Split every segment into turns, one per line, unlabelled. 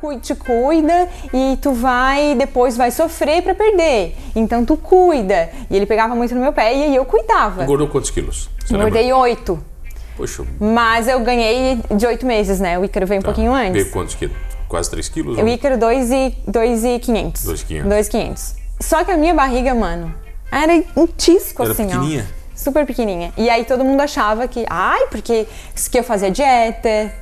cu- te cuida e tu vai, depois vai sofrer pra perder. Então tu cuida. E ele pegava muito no meu pé e aí eu cuidava.
Engordou quantos quilos? Você lembra?
Engordei oito.
Poxa,
Mas eu ganhei de oito meses, né? O Ícaro
Tá.
veio um pouquinho antes.
veio quantos quilos? Quase 3 quilos?
O Ícaro, 2,500.
2.500.
2,500. Só que a minha barriga, mano, era um tisco
Era
assim,
pequenininha?
ó. Super pequenininha. E aí todo mundo achava que, ai, porque que eu fazia dieta,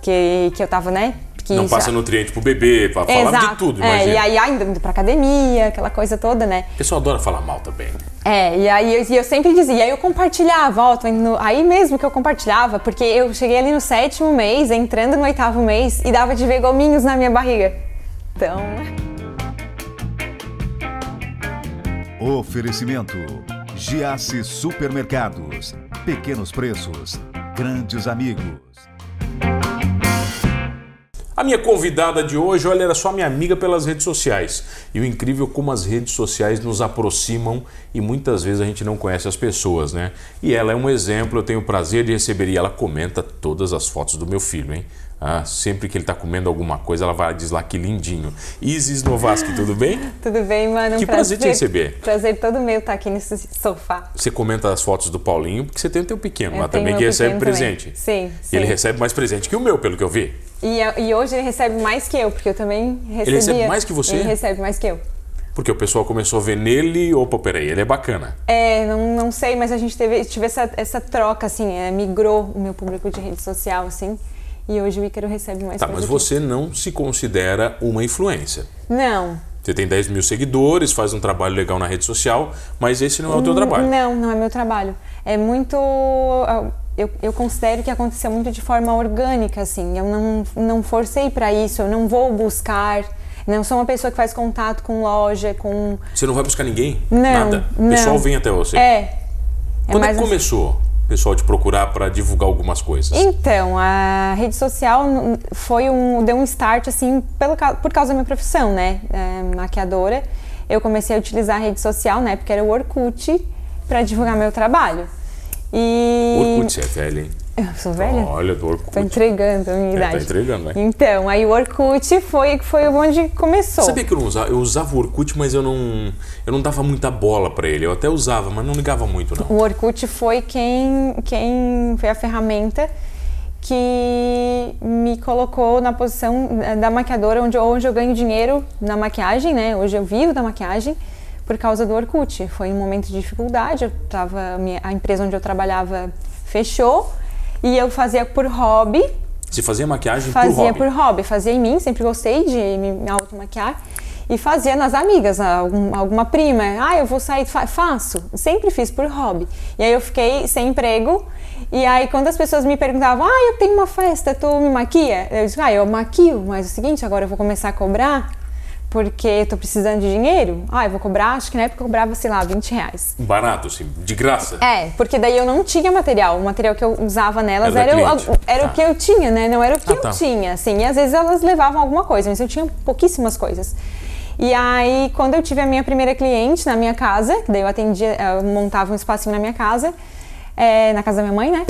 que, que eu tava, né? Que
Não
isso-
passa nutriente pro bebê, fa- falava
Exato.
de tudo,
é,
imagina.
e aí ainda indo pra academia, aquela coisa toda, né?
O pessoal adora falar mal também. né?
É, e aí eu, e eu sempre dizia, e aí eu compartilhava, ó, tô indo no- aí mesmo que eu compartilhava, porque eu cheguei ali no sétimo mês, entrando no oitavo mês, e dava de ver gominhos na minha barriga. Então,
Oferecimento: Giasse Supermercados. Pequenos preços, grandes amigos.
A minha convidada de hoje, olha, era só minha amiga pelas redes sociais. E o incrível é como as redes sociais nos aproximam e muitas vezes a gente não conhece as pessoas, né? E ela é um exemplo, eu tenho o prazer de receber e ela comenta todas as fotos do meu filho, hein? Ah, sempre que ele tá comendo alguma coisa, ela vai diz lá que lindinho. Isis Novaski, tudo bem?
tudo bem, mano? Um
Que prazer te receber.
Prazer todo meu estar aqui nesse sofá.
Você comenta as fotos do Paulinho, porque você tem o teu pequeno
Eu
lá
tenho
também,
meu
que recebe
pequeno também.
presente.
Sim,
E ele
sim.
recebe mais presente que o meu, pelo que eu vi.
E, eu- e hoje ele recebe mais que eu, porque eu também recebia.
recebe mais que você?
Ele recebe mais que eu.
Porque o pessoal começou a ver nele, opa, peraí, ele é bacana.
É, não, não sei, mas a gente teve, tive essa, essa troca, assim, é, migrou o meu público de rede social, assim, e hoje o Ícaro recebe mais
Tá,
coisa
mas
que-
você não se considera uma influência.
Não,
Você tem 10 mil seguidores, faz um trabalho legal na rede social, mas esse não é o teu trabalho.
Não, não é meu trabalho. É muito. Eu, eu considero que aconteceu muito de forma orgânica, assim. Eu não, não forcei pra isso, eu não vou buscar. Não sou uma pessoa que faz contato com loja, com.
Você não vai buscar ninguém?
Não.
Nada. O
não.
pessoal vem até você.
É. é
Quando é
mais
que
assim.
começou o pessoal te procurar pra divulgar algumas coisas?
Então, a rede social n- foi um, deu um start assim pelo, ca- por causa da minha profissão, né? É, maquiadora. Eu comecei a utilizar a rede social, né? Porque era o Orkut para divulgar meu trabalho. E
Orkut, você é velho, hein?
eu sou velha.
Olha, do Orkut.
Tô entregando a minha
tá
idade.
entregando, né?
Então, aí o Orkut foi, foi onde começou.
Sabia que eu não usava? Eu usava o Orkut, mas eu não, eu não dava muita bola pra ele. Eu até usava, mas não ligava muito, não.
O Orkut foi quem, quem foi a ferramenta que me colocou na posição eh, da- da maquiadora, onde hoje eu ganho dinheiro na maquiagem, né? Hoje eu vivo da maquiagem por causa do Orkut. Foi um momento de dificuldade, eu tava, a minha- a empresa onde eu trabalhava fechou e eu fazia por hobby,
Você fazia maquiagem por
Fazia
hobby.
por hobby, fazia em mim, sempre gostei de me automaquiar. E fazia nas amigas, algum- alguma prima. Ah, eu vou sair, fa- faço. Sempre fiz por hobby. E aí eu fiquei sem emprego. E aí quando as pessoas me perguntavam, ah, eu tenho uma festa, tu me maquia? Eu disse, ah, eu maquio, mas é o seguinte, agora eu vou começar a cobrar, porque eu tô precisando de dinheiro. Ah, eu vou cobrar, acho que na época eu cobrava, sei lá, 20 reais.
Barato, assim, de graça.
É, porque daí eu não tinha material. O material que eu usava nelas
Era
era,
da
o,
cliente.
era
Tá.
o que eu tinha, né? Não era o que
Ah,
eu
tá.
tinha, assim. E às vezes elas levavam alguma coisa, mas eu tinha pouquíssimas coisas. E aí, quando eu tive a minha primeira cliente na minha casa, que daí eu atendia, eu montava um espacinho na minha casa, é, na casa da minha mãe, né?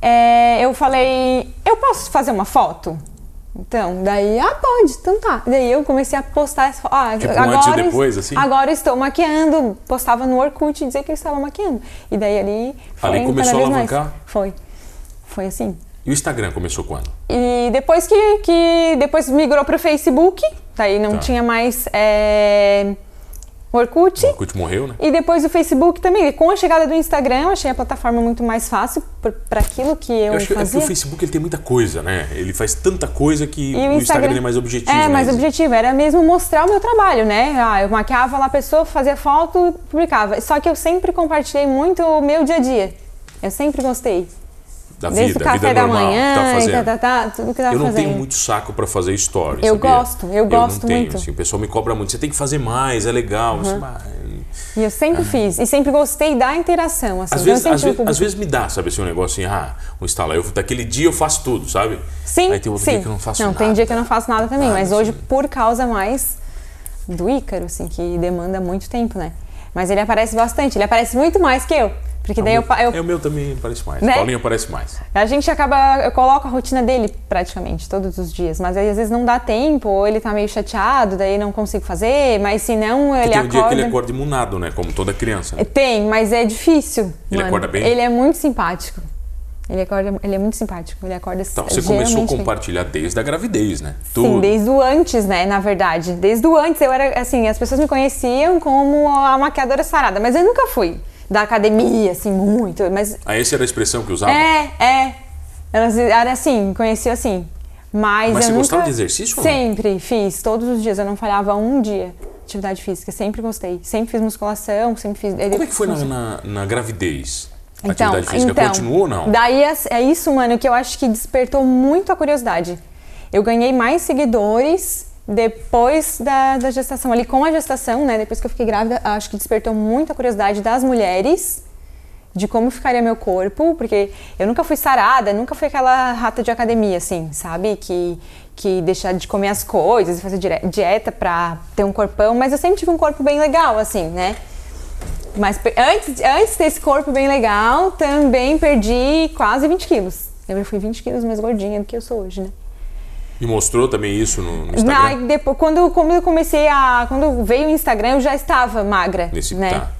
É, eu falei, eu posso fazer uma foto? Então, daí, ah, pode, então tá. Daí eu comecei a postar as fotos. Ah,
Tipo, um
agora,
antes e depois, assim?
Agora estou maquiando. Postava no Orkut e dizia que eu estava maquiando. E daí ali foi
Ali
cada
começou a
vez mais.
alavancar?
Foi. Foi assim.
E o Instagram começou quando?
E depois que, que depois migrou para o Facebook, daí não
Tá.
tinha mais é, Orkut.
O Orkut morreu, né?
E depois o Facebook também. E com a chegada do Instagram, eu achei a plataforma muito mais fácil para aquilo que eu,
Eu acho que, é porque
fazia.
o Facebook ele tem muita coisa, né? Ele faz tanta coisa que
E
o Instagram ele é mais objetivo.
É,
né?
mais objetivo. Era mesmo mostrar o meu trabalho, né? Ah, eu maquiava lá a pessoa, fazia foto, publicava. Só que eu sempre compartilhei muito o meu dia a dia. Eu sempre gostei.
Da
Desde
vida,
o
a
café
vida
da
normal
manhã,
que tá
tá,
fazendo.
tá, tá, tudo que tava
Eu não
fazendo.
tenho muito saco pra fazer stories.
Eu
sabia?
gosto, eu gosto
não tenho,
muito. Uhum.
assim, o pessoal me cobra muito. Você tem que fazer mais, é legal. assim, mas-
E eu sempre fiz. E sempre gostei da interação, assim.
Ah.
Então
Às,
eu
vezes,
sempre
às,
tive
vezes,
público.
às vezes me dá, sabe, assim, um negócio assim, ah, um instalar. Eu, daquele dia eu faço tudo, sabe?
Sim,
Aí tem outro
sim.
dia que eu não faço nada. Ah,
tem dia que eu não faço nada também,
Nada,
mas hoje
sim.
por causa mais do Ícaro, assim, que demanda muito tempo, né? Mas ele aparece bastante, ele aparece muito mais que eu. Porque daí
é
eu,
o meu,
pa- eu
é o meu também parece mais.
Né?
Paulinho parece mais.
A gente acaba, eu coloco a rotina dele praticamente todos os dias, mas aí às vezes não dá tempo, ou ele tá meio chateado, daí não consigo fazer, mas se não, ele
tem um dia
acorda.
que ele acorda imunado, né? Como toda criança.
Tem, mas é difícil.
Ele
mano.
acorda bem?
Ele é muito simpático. Ele, acorda, ele é muito simpático. Ele acorda
Então, você começou a
geralmente bem.
compartilhar desde a gravidez, né?
Sim,
Tudo.
desde o antes, né, na verdade. Desde o antes eu era, assim, as pessoas me conheciam como a maquiadora sarada, mas eu nunca fui da academia, assim, muito, mas
Ah, essa era a expressão que usava?
é, é. Elas era assim, conhecia assim. Mas,
Mas
eu
você
nunca...
gostava de exercício ou não?
Sempre fiz, todos os dias. Eu não falhava um dia de atividade física. Sempre gostei. Sempre fiz musculação, sempre fiz.
Como é que foi na, na, na gravidez? A
Então,
atividade física
então,
continuou ou não?
Daí é, é isso, mano, que eu acho que despertou muito a curiosidade. Eu ganhei mais seguidores depois da, da gestação. Ali com a gestação, né? Depois que eu fiquei grávida, acho que despertou muito a curiosidade das mulheres de como ficaria meu corpo, porque eu nunca fui sarada, nunca fui aquela rata de academia, assim, sabe? Que, que deixar de comer as coisas e fazer dire- dieta pra ter um corpão, mas eu sempre tive um corpo bem legal, assim, né? Mas per- antes, antes desse corpo bem legal, também perdi quase 20 quilos. Eu fui 20 quilos mais gordinha do que eu sou hoje, né?
E mostrou também isso no, no
Na,
Instagram?
depois, quando, quando eu comecei a. Quando veio o Instagram, eu já estava magra.
Nesse,
né?
tá.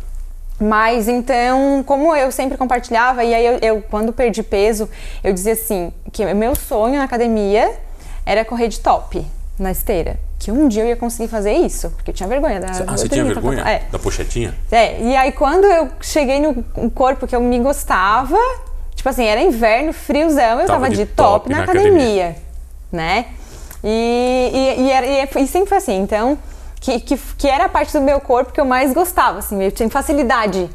Mas então, como eu sempre compartilhava, e aí eu, eu, quando perdi peso, eu dizia assim: que o meu sonho na academia era correr de top na esteira. Que um dia eu ia conseguir fazer isso, porque eu tinha vergonha da.
Ah,
eu
você tinha
tenho-
vergonha
É.
da pochetinha?
É, e aí quando eu cheguei no no corpo que eu me gostava, tipo assim, era inverno, friozão, eu
Tava
tava,
de
de,
top
top,
na
na,
academia.
academia, né? E, e, e era- e- e sempre foi assim, então, que, que, que era a parte do meu corpo que eu mais gostava, assim, eu tinha facilidade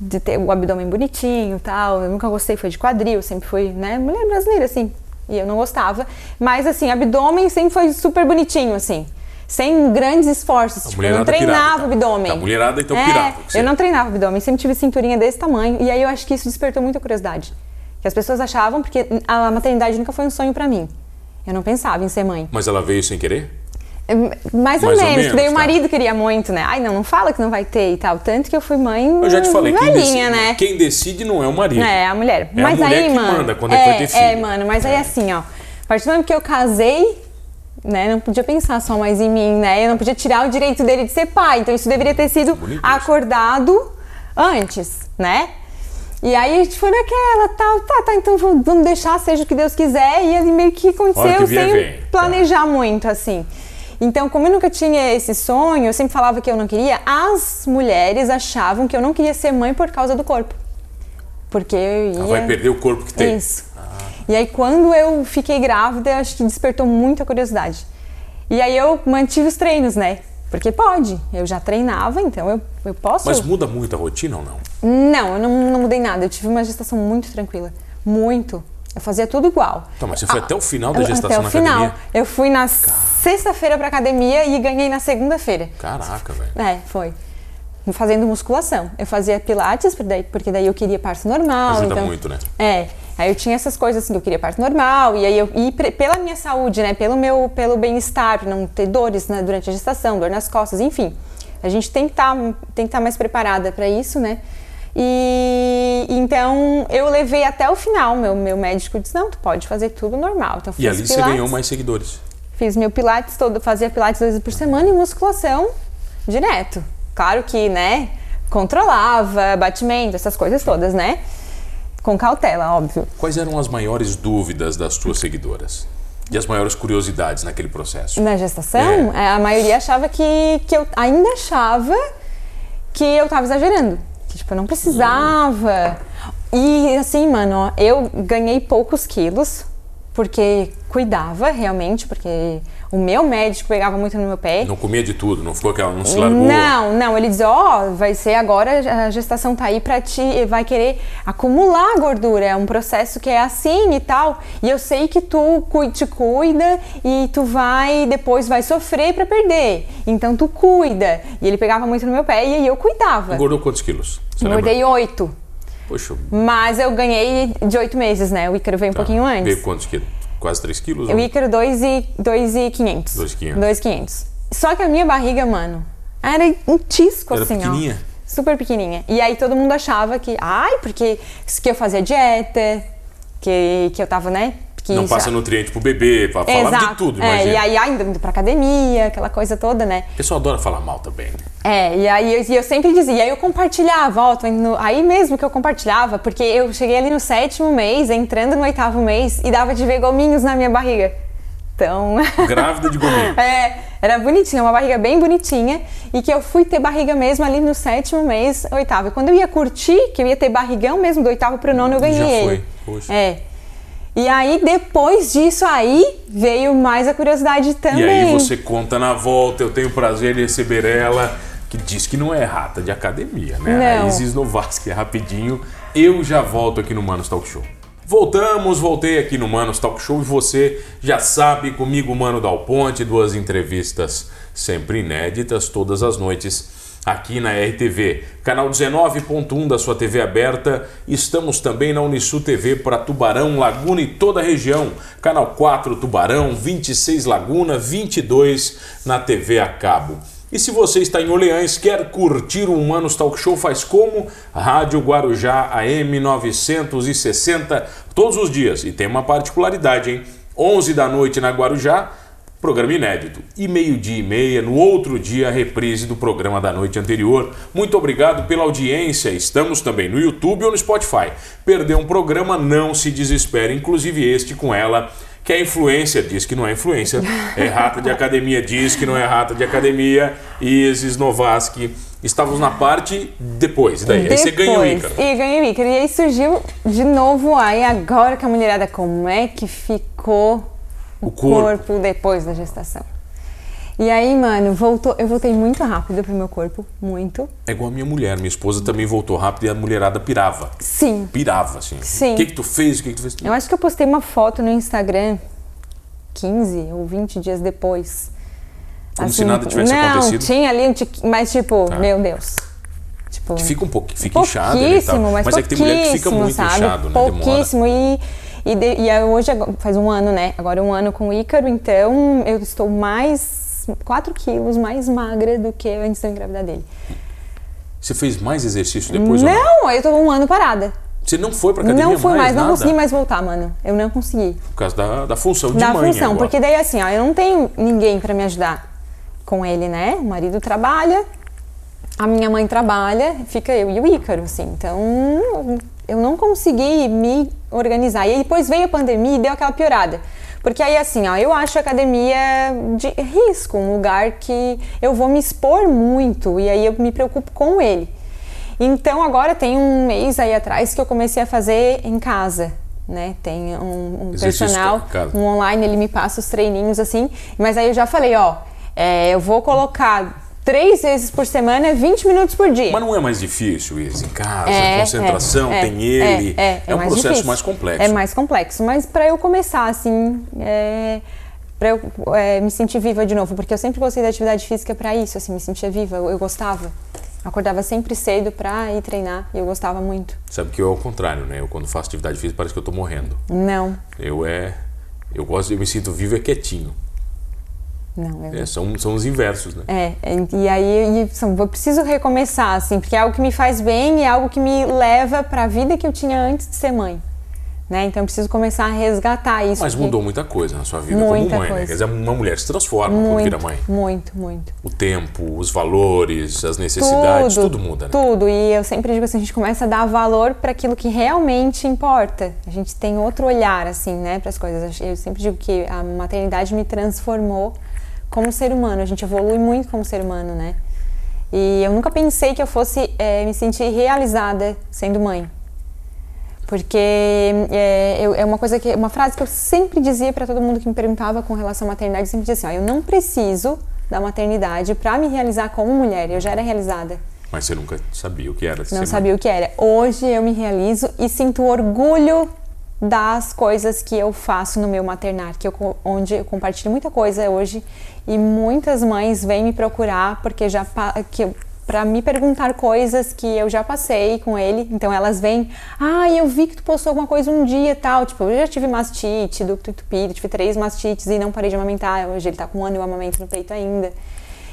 de ter o abdômen bonitinho e tal, eu nunca gostei, foi de quadril, sempre fui, né, mulher brasileira, assim, e eu não gostava, mas assim, abdômen sempre foi super bonitinho, assim. Sem grandes esforços, tipo, eu não
mulherada pirava,
treinava
então.
o abdômen.
A mulherada, então,
é,
pirava, que você-
Eu não treinava abdômen, sempre tive cinturinha desse tamanho. E aí eu acho que isso despertou muita curiosidade. Que as pessoas achavam, porque a maternidade nunca foi um sonho pra mim. Eu não pensava em ser mãe.
Mas ela veio sem querer?
É, Mais ou
Mais ou
menos,
menos,
que daí
tá.
o marido queria muito, né? Ai, não, não fala que não vai ter e tal. Tanto que eu fui mãe
Eu já te falei, quem,
velhinha,
decide,
né?
quem decide não é o marido.
É, a mulher.
É a
mas
mulher
aí,
que
mano.
manda quando é que
é,
vai ter filho.
É, mano, mas aí assim, ó. A partir do momento que eu casei, né? Não podia pensar só mais em mim, né? Eu não podia tirar o direito dele de ser pai. Então isso deveria ter sido
Bonito isso.
acordado antes, né? E aí a gente foi naquela, tal, tá, tá, então vou- vamos deixar, seja o que Deus quiser. E ali meio que aconteceu
que vier,
sem
vem.
planejar muito, assim. Então, como eu nunca tinha esse sonho, eu sempre falava que eu não queria, as mulheres achavam que eu não queria ser mãe por causa do corpo. Porque eu ia.
Ela Ah, vai perder o Ah. corpo que tem.
Isso. E aí, quando eu fiquei grávida, eu acho que despertou muita curiosidade. E aí, eu mantive os treinos, né? Porque pode. Eu já treinava, então eu, eu posso.
Mas muda muito a rotina ou não?
Não, eu não, não mudei nada. Eu tive uma gestação muito tranquila. Muito. Eu fazia tudo igual. Ah,
Tá, mas você foi até o final da
Eu-
gestação
Até
na
o final.
academia?
Eu fui na sexta-feira pra academia e ganhei na segunda-feira.
Caraca, velho.
É, foi. Fazendo musculação. Eu fazia pilates, porque daí, porque daí eu queria parto normal.
Ajuda
então,
muito, né?
É. Aí eu tinha essas coisas assim, que eu queria parto normal, e aí eu, e pre- pela minha saúde, né? Pelo meu, pelo bem-estar, pra não ter dores né, durante a gestação, dor nas costas, enfim. A gente tem que estar tem que tá mais preparada pra isso, né? E então eu levei até o final. Meu, meu médico disse: não, tu pode fazer tudo normal. Então,
E
fiz
ali você
pilates.
ganhou mais seguidores.
Fiz meu pilates todo, fazia pilates duas vezes por semana e musculação direto. Claro que, né, controlava batimento, essas coisas todas, né? Com cautela, óbvio.
Quais eram as maiores dúvidas das suas seguidoras? E as maiores curiosidades naquele processo?
Na gestação,
É.
a maioria achava que, que eu ainda achava que eu tava exagerando. Que, tipo, eu não precisava. E assim, mano, ó, eu ganhei poucos quilos porque cuidava realmente, porque o meu médico pegava muito no meu pé.
Não comia de tudo, não ficou aquela, não se largou.
Não, não, ele diz, ó, vai ser agora, a gestação tá aí pra ti, vai querer acumular gordura, é um processo que é assim e tal, e eu sei que tu cui- te cuida e tu vai, depois vai sofrer pra perder, então tu cuida. E ele pegava muito no meu pé e aí eu cuidava.
Engordou quantos quilos? Você lembra?
Engordei oito,
Poxa,
mas eu ganhei de oito meses, né, o Ícaro veio um pouquinho antes.
Tá. Veio quantos quilos? Quase 3 quilos?
O
ou-
Ícaro, 2,500.
2.500.
2,500. Só que a minha barriga, mano, era um tisco
Era
assim, ó.
pequenininha?
super pequenininha. E aí todo mundo achava que, ai, porque que eu fazia dieta, que, que eu tava, né? Que
Não
isso-
passa nutriente pro bebê, pra falar de tudo,
é,
imagina.
e aí ainda indo pra academia, aquela coisa toda, né?
O pessoal adora falar mal também, né?
É, e aí eu, e eu sempre dizia, e aí eu compartilhava, ó, tô indo no- aí mesmo que eu compartilhava, porque eu cheguei ali no sétimo mês, entrando no oitavo mês, e dava de ver gominhos na minha barriga. Então.
Grávida de gominho.
é, era bonitinha, uma barriga bem bonitinha, e que eu fui ter barriga mesmo ali no sétimo mês, oitavo. E quando eu ia curtir, que eu ia ter barrigão mesmo do oitavo pro nono, eu ganhei
Já foi,
ele.
poxa.
É. E aí, depois disso aí, veio mais a curiosidade também.
E aí você conta na volta, eu tenho prazer em receber ela, que diz que não é rata de academia, né?
Não.
A Isis Novaski, rapidinho. Eu já volto aqui no Manos Talk Show. Voltamos, voltei aqui no Manos Talk Show e você já sabe, comigo, Mano Dal Ponte, duas entrevistas sempre inéditas, todas as noites. Aqui na RTV, canal 19.1 da sua TV aberta. Estamos também na Unisul TV para Tubarão, Laguna e toda a região. Canal 4 Tubarão, 26 Laguna, 22 na TV a cabo. E se você está em Orleans, quer curtir o Humanos Talk Show, faz como? Rádio Guarujá AM 960 todos os dias. E tem uma particularidade, hein? 11 da noite na Guarujá, programa inédito. E meio-dia e meia, no outro dia, a reprise do programa da noite anterior. Muito obrigado pela audiência. Estamos também no YouTube ou no Spotify. Perdeu um programa, não se desespere, inclusive este com ela que é influência, diz que não é influência, é rata de academia, diz que não é rata de academia, Isis Novaski. Estávamos na parte depois, e daí? Aí você ganhou o Ícaro.
E ganhei o Ícaro. E aí surgiu de novo, aí agora que a mulherada, como é que ficou o,
O corpo.
depois da gestação? E aí, mano, voltou, eu voltei muito rápido pro meu corpo, muito.
É igual a minha mulher, minha esposa também voltou rápido e a mulherada pirava.
Sim.
Pirava, assim.
Sim.
O que que tu fez, o que que tu fez?
Eu acho que eu postei uma foto no Instagram 15 ou 20 dias depois. Assim,
Como se nada tivesse
não,
acontecido. Tá.
tinha ali, um tique- mas tipo, meu Deus. Tipo,
Fica um pouco, fica inchado né, e tal.
Pouquíssimo, mas,
é que tem mulher que fica
pouquíssimo,
muito
sabe?
inchado, né? Demora.
Pouquíssimo. E, e, de- e aí hoje, agora- faz um ano, né? Agora um ano com o Ícaro, então eu estou mais 4 quilos mais magra do que antes de eu engravidar dele.
Você fez mais exercício depois ou não?
não, eu tô um ano parada.
Você não foi pra é. academia
não fui mais, não
nada?
consegui mais voltar, mano. Eu não consegui.
Por causa da, da função de
da
mãe
função,
agora.
porque daí assim, ó, eu não tenho ninguém pra me ajudar com ele, né? O marido trabalha, a minha mãe trabalha, fica eu e o Ícaro, assim. Então, eu não consegui me organizar. E aí depois veio a pandemia e deu aquela piorada. Porque aí assim, ó, eu acho a academia de risco, um lugar que eu vou me expor muito e aí eu me preocupo com ele. Então agora tem um mês aí atrás que eu comecei a fazer em casa, né? Tem um, um
Exercício
personal,
em casa.
um um online, ele me passa os treininhos assim. Mas aí eu já falei, ó, é, eu vou colocar três vezes por semana, 20 minutos por dia.
Mas não é mais difícil, Izzy, em casa,
É,
concentração,
é,
tem
é,
ele.
É, é, é
um
mais
processo
difícil.
mais complexo.
É mais complexo, mas para eu começar assim, é, para eu é, me sentir viva de novo, porque eu sempre gostei da atividade física para isso, assim, me sentia viva, eu, eu gostava. Acordava sempre cedo pra ir treinar e eu gostava muito.
Sabe que eu é o contrário, né? Eu quando faço atividade física parece que eu tô morrendo.
Não,
Eu é. Eu gosto, eu me sinto vivo é quietinho.
não, eu
É, são, são os inversos, né?
É, e aí e, são, eu preciso recomeçar, assim, porque é algo que me faz bem e é algo que me leva para a vida que eu tinha antes de ser mãe. Né? Então eu preciso começar a resgatar isso.
Mas
porque-
mudou muita coisa na sua vida
Muita
como mãe, né?
coisa.
Quer dizer, uma mulher se transforma quando vira
muito,
mãe.
muito, muito.
O tempo, os valores, as necessidades, tudo, muda, né?
Tudo. E eu sempre digo assim, a gente começa a dar valor para aquilo que realmente importa. A gente tem outro olhar, assim, né, para as coisas. Eu sempre digo que a maternidade me transformou como ser humano. A gente evolui muito como ser humano, né? E eu nunca pensei que eu fosse eh, me sentir realizada sendo mãe. Porque é, eu- é uma coisa que uma frase que eu sempre dizia para todo mundo que me perguntava com relação à maternidade, eu sempre dizia assim, ó, eu não preciso da maternidade para me realizar como mulher. Eu já era realizada,
Mas você nunca sabia o que era ser
não
mãe.
sabia o que era. Hoje eu me realizo e sinto orgulho das coisas que eu faço no meu maternar, que eu co- onde eu compartilho muita coisa hoje e muitas mães vêm me procurar porque já pa- que eu- pra me perguntar coisas que eu já passei com ele. Então elas vêm, ah, eu vi que tu postou alguma coisa um dia e tal, tipo, eu já tive mastite, ducto entupido, tive três mastites e não parei de amamentar, hoje ele tá com um ano e eu amamento no peito ainda.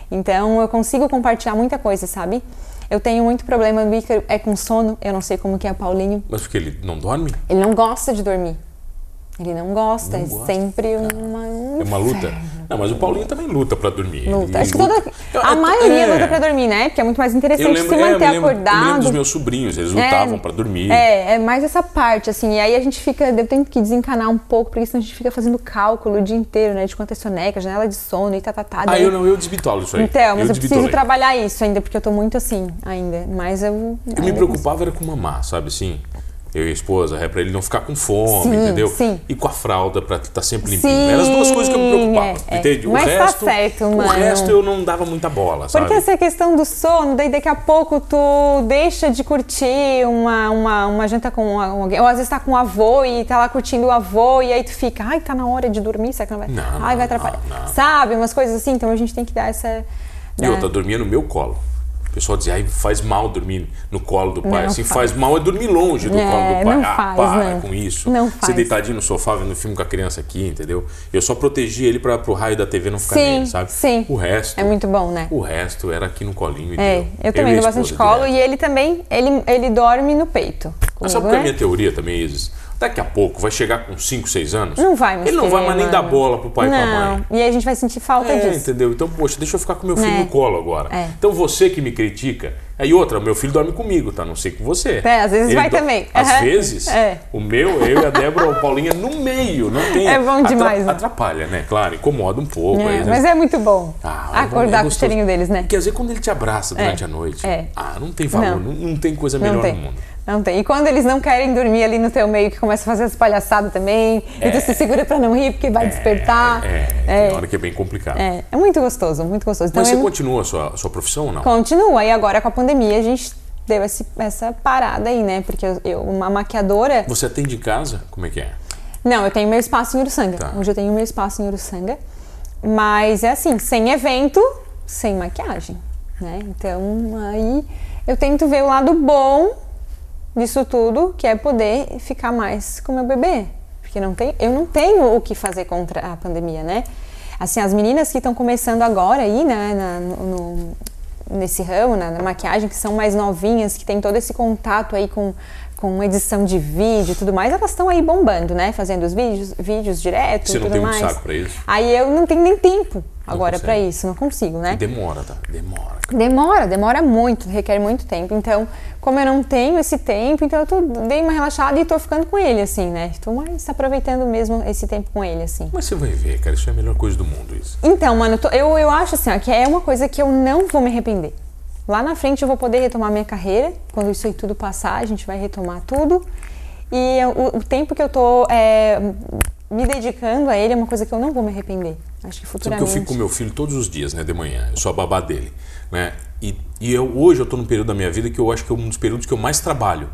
Então eu consigo compartilhar muita coisa, sabe? Eu tenho muito problema no Ícaro, é com sono, eu não sei como que é o Paulinho.
Mas porque ele não dorme?
Ele não gosta de dormir. Ele não gosta,
Não
é
gosta,
sempre
cara.
uma...
É uma luta? Não, mas o Paulinho também luta pra dormir. Ele
Luta. Acho que toda,
luta.
a
Eu- eu-
maioria
é.
luta pra dormir, né? Porque é muito mais
Eu
interessante
lembro,
se
é, eu
manter
lembro- Eu lembro
acordado.
dos meus sobrinhos, eles lutavam pra dormir.
É, é mais essa parte, assim. E aí a gente fica, eu tenho que desencanar um pouco, porque senão a gente fica fazendo cálculo o dia inteiro, né? De quanto é soneca, janela de sono e tá, tá, tá.
Ah,
daí-
eu não, eu desbitolo isso aí.
Então, mas eu, preciso
desbitolei.
trabalhar isso ainda, porque eu tô muito assim ainda. Mas eu.
Eu me preocupava era com mamar, sabe assim? Eu e a esposa, é pra ele não ficar com fome,
Sim,
entendeu?
sim.
E com a fralda pra estar sempre limpinho.
Sim,
Eram as duas coisas que eu me preocupava,
é, é.
entende?
Mas
o
tá
resto,
certo,
o
mano.
resto eu não dava muita bola, sabe?
Porque essa questão do sono, daí daqui a pouco tu deixa de curtir uma, uma, uma janta com alguém, ou às vezes tá com o avô e tá lá curtindo o avô, e aí tu fica, ai, tá na hora de dormir, será que não vai?
Não,
ai,
não,
vai atrapalhar.
não, não.
Sabe? Umas coisas assim, então a gente tem que dar essa.
E
né?
outra, dormia no meu colo. O pessoal dizia, ai, faz mal dormir no colo do pai.
Não
assim,
faz.
faz. mal é dormir longe do
É,
colo do pai.
não
ah,
faz,
para
não.
com isso.
Não
Você
faz.
deitadinho no sofá vendo filme com a criança aqui, entendeu? Eu só protegia ele para pro raio da TV não ficar
Sim,
nele, sabe?
sim.
O resto,
É muito bom, né?
o resto era aqui no colinho. e
É,
deu.
eu
e
também
a
dou bastante
esposa
colo
direto.
e ele também, ele, ele dorme no peito. Comigo,
Mas sabe qual é a
né?
minha teoria também, Isis? Daqui a pouco vai chegar com 5, 6 anos.
Não vai mais
Ele não vai
querer,
mais nem dar
mano.
bola pro pai e pra mãe.
Não, e aí a gente vai sentir falta
É,
disso.
entendeu? Então, poxa, deixa eu ficar com meu filho
É.
no colo agora.
É.
Então você que me critica. Aí outra, meu filho dorme comigo, tá? Não sei com você.
É, às vezes vai também.
Às
Aham.
vezes,
É.
o meu, eu e a Débora, o Paulinho é no meio, não tem.
É bom demais, né?
Atrapalha, né? Claro, incomoda um pouco.
É,
aí, né?
mas é muito bom
Ah,
acordar com o
gostoso.
cheirinho deles, né?
Quer dizer, quando ele te abraça durante
É.
a noite.
É.
Ah, não tem valor,
Não.
não, não tem coisa é melhor
Não tem.
no mundo.
Não tem. E quando eles não querem dormir ali no teu meio, que começa a fazer as palhaçadas também, e tu se segura pra não rir porque vai despertar.
É,
É,
tem hora que é bem complicado.
é. É muito gostoso, muito gostoso. Então
Mas
eu
você continua a sua, a sua profissão ou não?
continua. E agora com a pandemia a gente deu esse- essa parada aí, né? Porque eu, eu- uma maquiadora.
Você atende em casa? Como é que é?
Não, eu tenho meu espaço em Uruçanga.
Tá.
Hoje eu tenho meu espaço em Uruçanga. Mas é assim, sem evento, sem maquiagem, né? Então aí eu tento ver o lado bom disso tudo, que é poder ficar mais com meu bebê. Porque não tem, eu não tenho o que fazer contra a pandemia, né? Assim, as meninas que estão começando agora aí, né, na- no- no- nesse ramo, na, na maquiagem, que são mais novinhas, que tem todo esse contato aí com, com edição de vídeo e tudo mais, elas estão aí bombando, né? Fazendo os vídeos, vídeos direto
Você
e
não
tudo
tem muito
mais.
saco pra isso?
Aí eu não tenho nem tempo agora pra
consegue.
isso, não consigo, né?
Demora, tá? Demora.
Demora, demora muito, requer muito tempo. Então, como eu não tenho esse tempo, então eu tô, dei uma relaxada e tô ficando com ele, assim, né? Tô mais aproveitando mesmo esse tempo com ele, assim.
Mas você vai ver, cara, isso é a melhor coisa do mundo, isso.
Então, mano, eu tô- eu, eu acho assim, ó, que é uma coisa que eu não vou me arrepender. Lá na frente eu vou poder retomar minha carreira, quando isso aí tudo passar, a gente vai retomar tudo. E eu- o, o tempo que eu tô é, me dedicando a ele é uma coisa que eu não vou me arrepender. Acho que
Sabe que eu
futuramente.
fico com meu filho todos os dias, né, de manhã. Eu sou a babá dele, né? E, e eu, hoje eu tô num período da minha vida que eu acho que é um dos períodos que eu mais trabalho.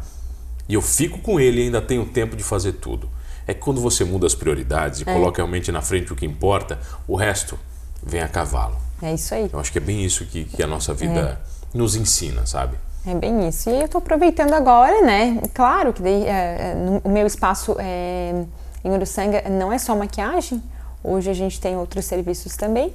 E eu fico com ele e ainda tenho tempo de fazer tudo. É que quando você muda as prioridades e coloca realmente na frente o que importa, o resto vem a cavalo.
É isso aí.
Eu acho que é bem isso que, que a nossa vida nos ensina, sabe?
É bem isso. E aí eu tô aproveitando agora, né? Claro que daí, é, é, no- o meu espaço é, em Uruçanga não é só maquiagem. Hoje a gente tem outros serviços também.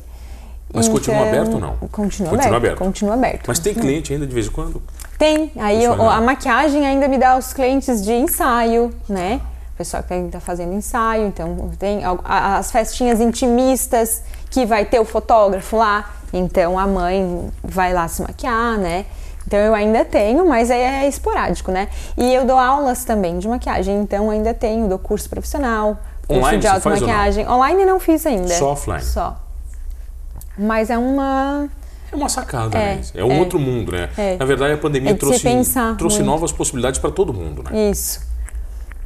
Então,
Mas continua aberto ou não?
Continua,
Continua
aberto,
aberto.
Continua aberto.
Mas tem cliente ainda de vez em quando?
Tem. Aí
Isso
eu-
é legal.
a maquiagem ainda me dá os clientes de ensaio, né? O pessoal que tá fazendo ensaio, então tem al- a- as festinhas intimistas que vai ter o fotógrafo lá, então a mãe vai lá se maquiar, né? Então eu ainda tenho, mas é, é esporádico, né? E eu dou aulas também de maquiagem, então ainda tenho, dou curso profissional, curso
Online
de
você faz ou não?
automaquiagem. Online não fiz ainda.
Só offline?
Só. Mas é uma
É uma sacada,
É,
né? É um
é.
outro mundo, né?
É.
Na verdade, a pandemia
É de se
trouxe,
pensar
trouxe
muito.
novas possibilidades para todo mundo, né?
Isso.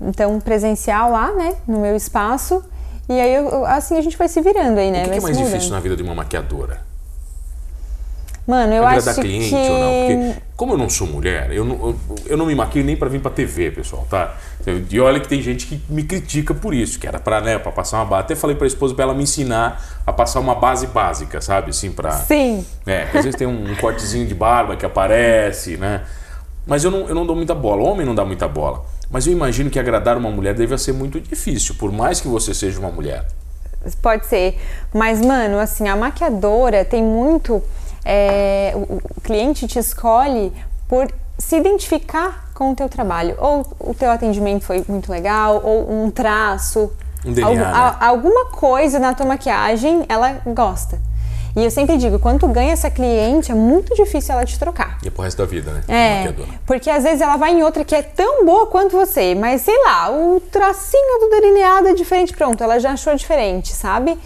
Então, presencial lá, né? No meu espaço. E aí, eu- eu- assim, a gente vai se virando aí, né?
O que que,
vai
é
se
mais
mudando.
difícil na vida de uma maquiadora?
Mano, eu
Agradar
acho
cliente
que...
ou não? Porque, como eu não sou mulher, eu não, eu, eu não me maquio nem para vir para TV, pessoal, tá? Eu- E olha que tem gente que me critica por isso, que era para né, pra passar uma base. Até falei para a esposa para ela me ensinar a passar uma base básica, sabe? Assim, para.
Sim.
É, porque às vezes tem um cortezinho de barba que aparece, né? Mas eu não, eu não dou muita bola. O homem não dá muita bola. Mas eu imagino que agradar uma mulher deve ser muito difícil, por mais que você seja uma mulher.
Pode ser. Mas, mano, assim, a maquiadora tem muito é, o, o cliente te escolhe por se identificar com o teu trabalho. Ou o teu atendimento foi muito legal, ou um traço.
Um DNA,
algu-
né?
a- alguma coisa na tua maquiagem ela gosta. E eu sempre digo, quando tu ganha essa cliente, é muito difícil ela te trocar.
E é pro resto da vida, né?
É,
Maquiadora.
porque às vezes ela vai em outra que é tão boa quanto você, mas sei lá, o tracinho do delineado é diferente, pronto, ela já achou diferente, sabe?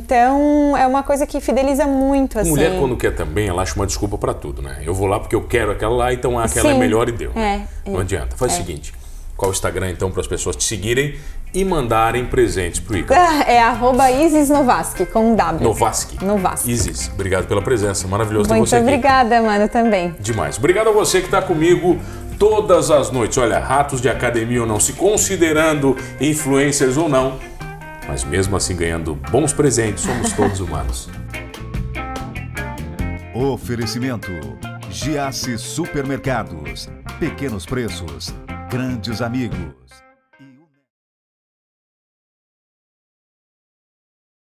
Então é uma coisa que fideliza muito, assim.
Mulher, quando quer também, ela acha uma desculpa pra tudo, né? Eu vou lá porque eu quero aquela lá, então aquela é
Sim.
melhor e deu. né?
É,
Não
é.
adianta. Faz o seguinte: qual o Instagram, então, para as pessoas te seguirem e mandarem presentes pro Ícaro?
Ah, É arroba Isis Novaski, com um W.
Novaski.
Novaski.
Isis, obrigado pela presença. Maravilhoso ter
Muito
você aqui.
obrigada, mano, também.
Demais. Obrigado a você que está comigo todas as noites. Olha, ratos de academia ou não, se considerando influencers ou não, mas mesmo assim ganhando bons presentes, somos todos humanos.
Oferecimento: Giasse Supermercados. Pequenos preços, grandes amigos.